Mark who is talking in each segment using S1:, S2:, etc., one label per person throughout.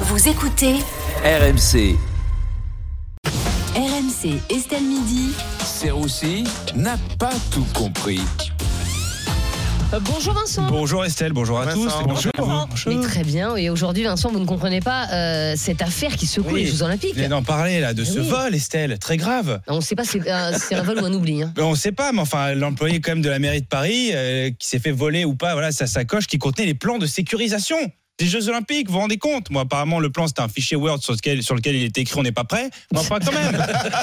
S1: Vous écoutez
S2: RMC,
S1: RMC Estelle Midi.
S2: Serroussi n'a pas tout compris.
S3: Euh, Bonjour Vincent.
S4: Bonjour Estelle, bonjour à tous. Bonjour.
S3: Mais très bien. Et aujourd'hui, Vincent, vous ne comprenez pas euh, cette affaire qui secoue
S4: Oui.
S3: les Jeux Olympiques.
S4: On d'en parler là de ce
S3: Oui.
S4: vol, Estelle, très grave.
S3: On ne sait pas si c'est un, c'est un vol ou un oubli. hein.
S4: Ben, On ne sait pas, mais enfin, l'employé quand même de la mairie de Paris, euh, qui s'est fait voler ou pas, voilà, sa sacoche qui contenait les plans de sécurisation des Jeux Olympiques. Vous vous rendez compte Moi, apparemment, le plan c'était un fichier Word sur lequel, sur lequel il était écrit on n'est pas prêt. Moi, pas quand même.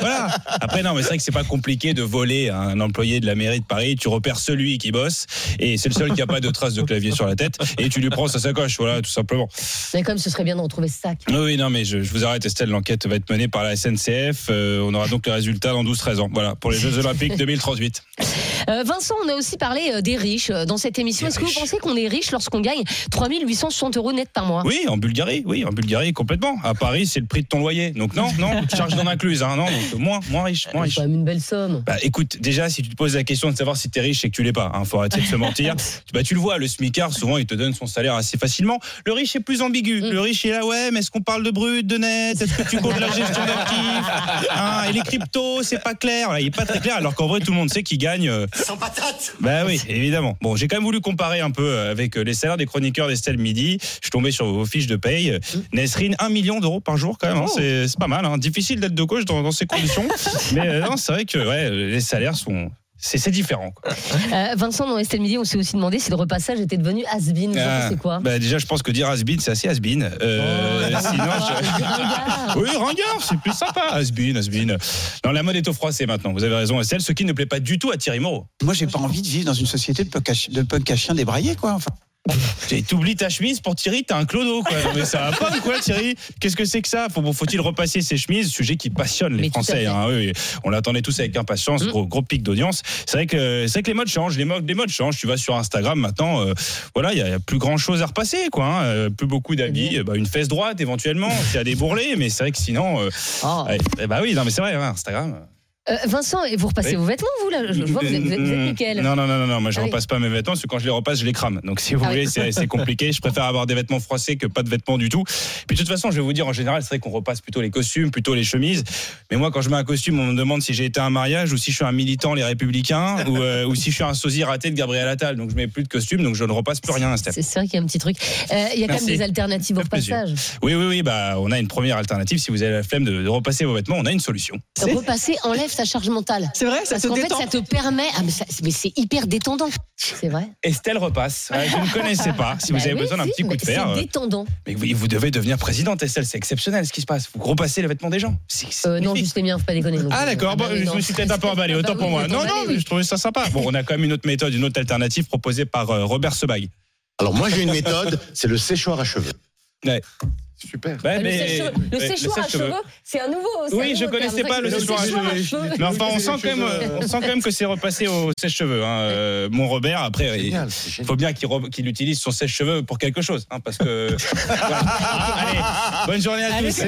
S4: voilà. Après, non, mais c'est vrai que c'est pas compliqué de voler à un employé de la mairie de Paris. Tu repères celui qui bosse et c'est le seul qui a pas de traces de clavier sur la tête et tu lui prends sa sacoche, voilà, tout simplement.
S3: Mais comme ce serait bien de retrouver ce sac.
S4: Oui, oui, non, mais je, je vous arrête, Estelle. L'enquête va être menée par la SNCF. Euh, on aura donc le résultat dans 12-13 ans. Voilà, pour les Jeux Olympiques 2038.
S3: Euh, Vincent, on a aussi parlé euh, des riches euh, dans cette émission.
S4: Des
S3: Est-ce que vous
S4: riches.
S3: pensez qu'on est riche lorsqu'on gagne 3860 euros net par mois
S4: Oui, en Bulgarie, oui, en Bulgarie, complètement. À Paris, c'est le prix de ton loyer. Donc, non, non, charge non incluse, hein, non, donc moins, moins riche, moins
S3: C'est
S4: riche.
S3: quand même une belle somme.
S4: Bah, écoute, déjà, si tu te poses la question de savoir si t'es riche et que tu l'es pas, hein, faut arrêter de se mentir. bah, tu le vois, le smicard, souvent, il te donne son salaire assez facilement. Le riche est plus ambigu. Le riche est là, ouais, mais est-ce qu'on parle de brut, de net Est-ce que tu comptes la gestion d'actifs Hein, Et les cryptos, c'est pas clair. Là, il est pas très clair, alors qu'en vrai, tout le monde sait qu'il gagne. euh,
S5: Sans patate
S4: Bah oui, évidemment. Bon, j'ai quand même voulu comparer un peu euh, avec les salaires des chroniqueurs d'Estelle Midi. Je suis tombé sur vos fiches de paye.
S3: Mm.
S4: Nesrine, 1 million d'euros par jour quand même.
S3: Oh.
S4: hein. C'est c'est pas mal. hein. Difficile d'être de gauche dans, dans ces conditions. Mais euh, non, c'est vrai que ouais, les salaires sont... C'est c'est différent. quoi.
S3: Euh, Vincent, dans Estelle Midi, on s'est aussi demandé si le repassage était devenu has-been. Vous en
S4: Ah,
S3: pensez quoi
S4: bah, déjà, je pense que dire has c'est assez has Euh, sinon,
S3: Ah,
S4: je-
S3: le ringard.
S4: Oui, ringard, c'est plus sympa. Has-been, has-been. Non, la mode est au froissé maintenant. Vous avez raison, Estelle. Ce qui ne plaît pas du tout à Thierry Moreau.
S5: Moi, j'ai pas envie de vivre dans une société de punk à, chi- de punk à chien débraillé, quoi. Enfin,
S4: Et T'oublies ta chemise pour Thierry, t'as un clodo quoi. Non, Mais ça va pas ou quoi Thierry Qu'est-ce que c'est que ça Faut- bon, Faut-il repasser ses chemises Sujet qui passionne les
S3: Mais tout à fait.
S4: Français. hein, oui, oui. On l'attendait tous avec impatience,
S3: Mm.
S4: gros, gros pic d'audience. C'est vrai que c'est vrai que les modes changent, les modes, les modes changent. Tu vas sur Instagram maintenant, euh, voilà, il y, a- y a plus grand chose à repasser quoi. hein. Euh, plus beaucoup
S3: Eh
S4: d'habits, euh, bah, une fesse droite éventuellement, s'il y a des bourrelets, mais c'est vrai que sinon, euh,
S3: Oh.
S4: ouais, eh bah oui, non mais c'est vrai, hein, Instagram.
S3: Euh, Vincent, et vous repassez
S4: Oui. Mm,
S3: vos vêtements, vous là Je je vois que vous êtes, vous êtes- vous êtes nickel.
S4: Non, non, non, non, non, moi je
S3: Ah oui.
S4: repasse pas mes vêtements, parce que quand je les repasse, je les crame. Donc si vous
S3: Ah oui.
S4: voulez, c'est c'est compliqué. Je préfère avoir des vêtements froissés que pas de vêtements du tout. Puis de toute façon, je vais vous dire, en général, c'est vrai qu'on repasse plutôt les costumes, plutôt les chemises. Mais moi, quand je mets un costume, on me demande si j'ai été à un mariage ou si je suis un militant, les républicains, ou, euh, ou si je suis un sosie raté de Gabriel Attal. Donc je mets plus de costume, donc je ne repasse plus rien, Steph.
S3: C'est c'est vrai qu'il y a un petit truc. Euh, Il y a quand même
S4: Merci.
S3: des alternatives au
S4: Fait plaisir.
S3: repassage.
S4: Oui, oui, oui, bah, on a une première alternative. Si vous avez la flemme de, de repasser vos vêtements, on a une solution.
S3: Donc, Repasser enlève ta charge mentale.
S5: c'est vrai, ça
S3: Parce
S5: se
S3: qu'en fait,
S5: détend.
S3: ça te permet. Ah, mais, ça- mais c'est hyper détendant. C'est vrai.
S4: Estelle repasse. Ouais, je ne connaissais pas. Si vous
S3: Bah
S4: avez
S3: oui,
S4: besoin d'un
S3: si,
S4: petit coup
S3: mais
S4: de fer.
S3: C'est
S4: euh,
S3: détendant.
S4: Mais vous, vous devez devenir présidente, Estelle, c'est exceptionnel ce qui se passe. Vous repassez les vêtements des gens. C'est- c'est
S3: Euh, non,
S4: magnifique.
S3: juste les miens, faut pas déconner. non plus.
S4: Ah d'accord,
S3: bah
S4: Bon,
S3: oui,
S4: je
S3: non.
S4: me suis peut-être un peu emballé,
S3: Bah
S4: autant
S3: oui,
S4: pour moi.
S3: vous êtes
S4: Non,
S3: emballé,
S4: non,
S3: oui.
S4: mais je trouvais ça sympa. Bon, on a quand même une autre méthode, une autre alternative proposée par euh, Robert Sebag.
S6: Alors moi j'ai une méthode, c'est le séchoir à cheveux.
S4: Ouais.
S6: Super.
S3: Ah,
S4: Ouais,
S3: Le
S4: Eh, mais-
S3: séchoir-
S4: ouais,
S3: Le séchoir à
S4: sèche-cheveux.
S3: cheveux, c'est un nouveau. c'est
S4: Oui,
S3: un
S4: je
S3: nouveau
S4: connaissais
S3: terme.
S4: pas le
S3: C'est
S4: séchoir à
S3: à cheveux.
S4: Mais enfin, on
S6: Les
S4: sent, quand même,
S6: cheveux,
S4: euh, on sent quand même que c'est repassé au sèche-cheveux, hein, euh, mon Robert. Après, il
S6: Génial, c'est génial.
S4: faut bien qu'il re- qu'il utilise son sèche-cheveux pour quelque chose, hein, parce que. Voilà. Allez, bonne journée à tous.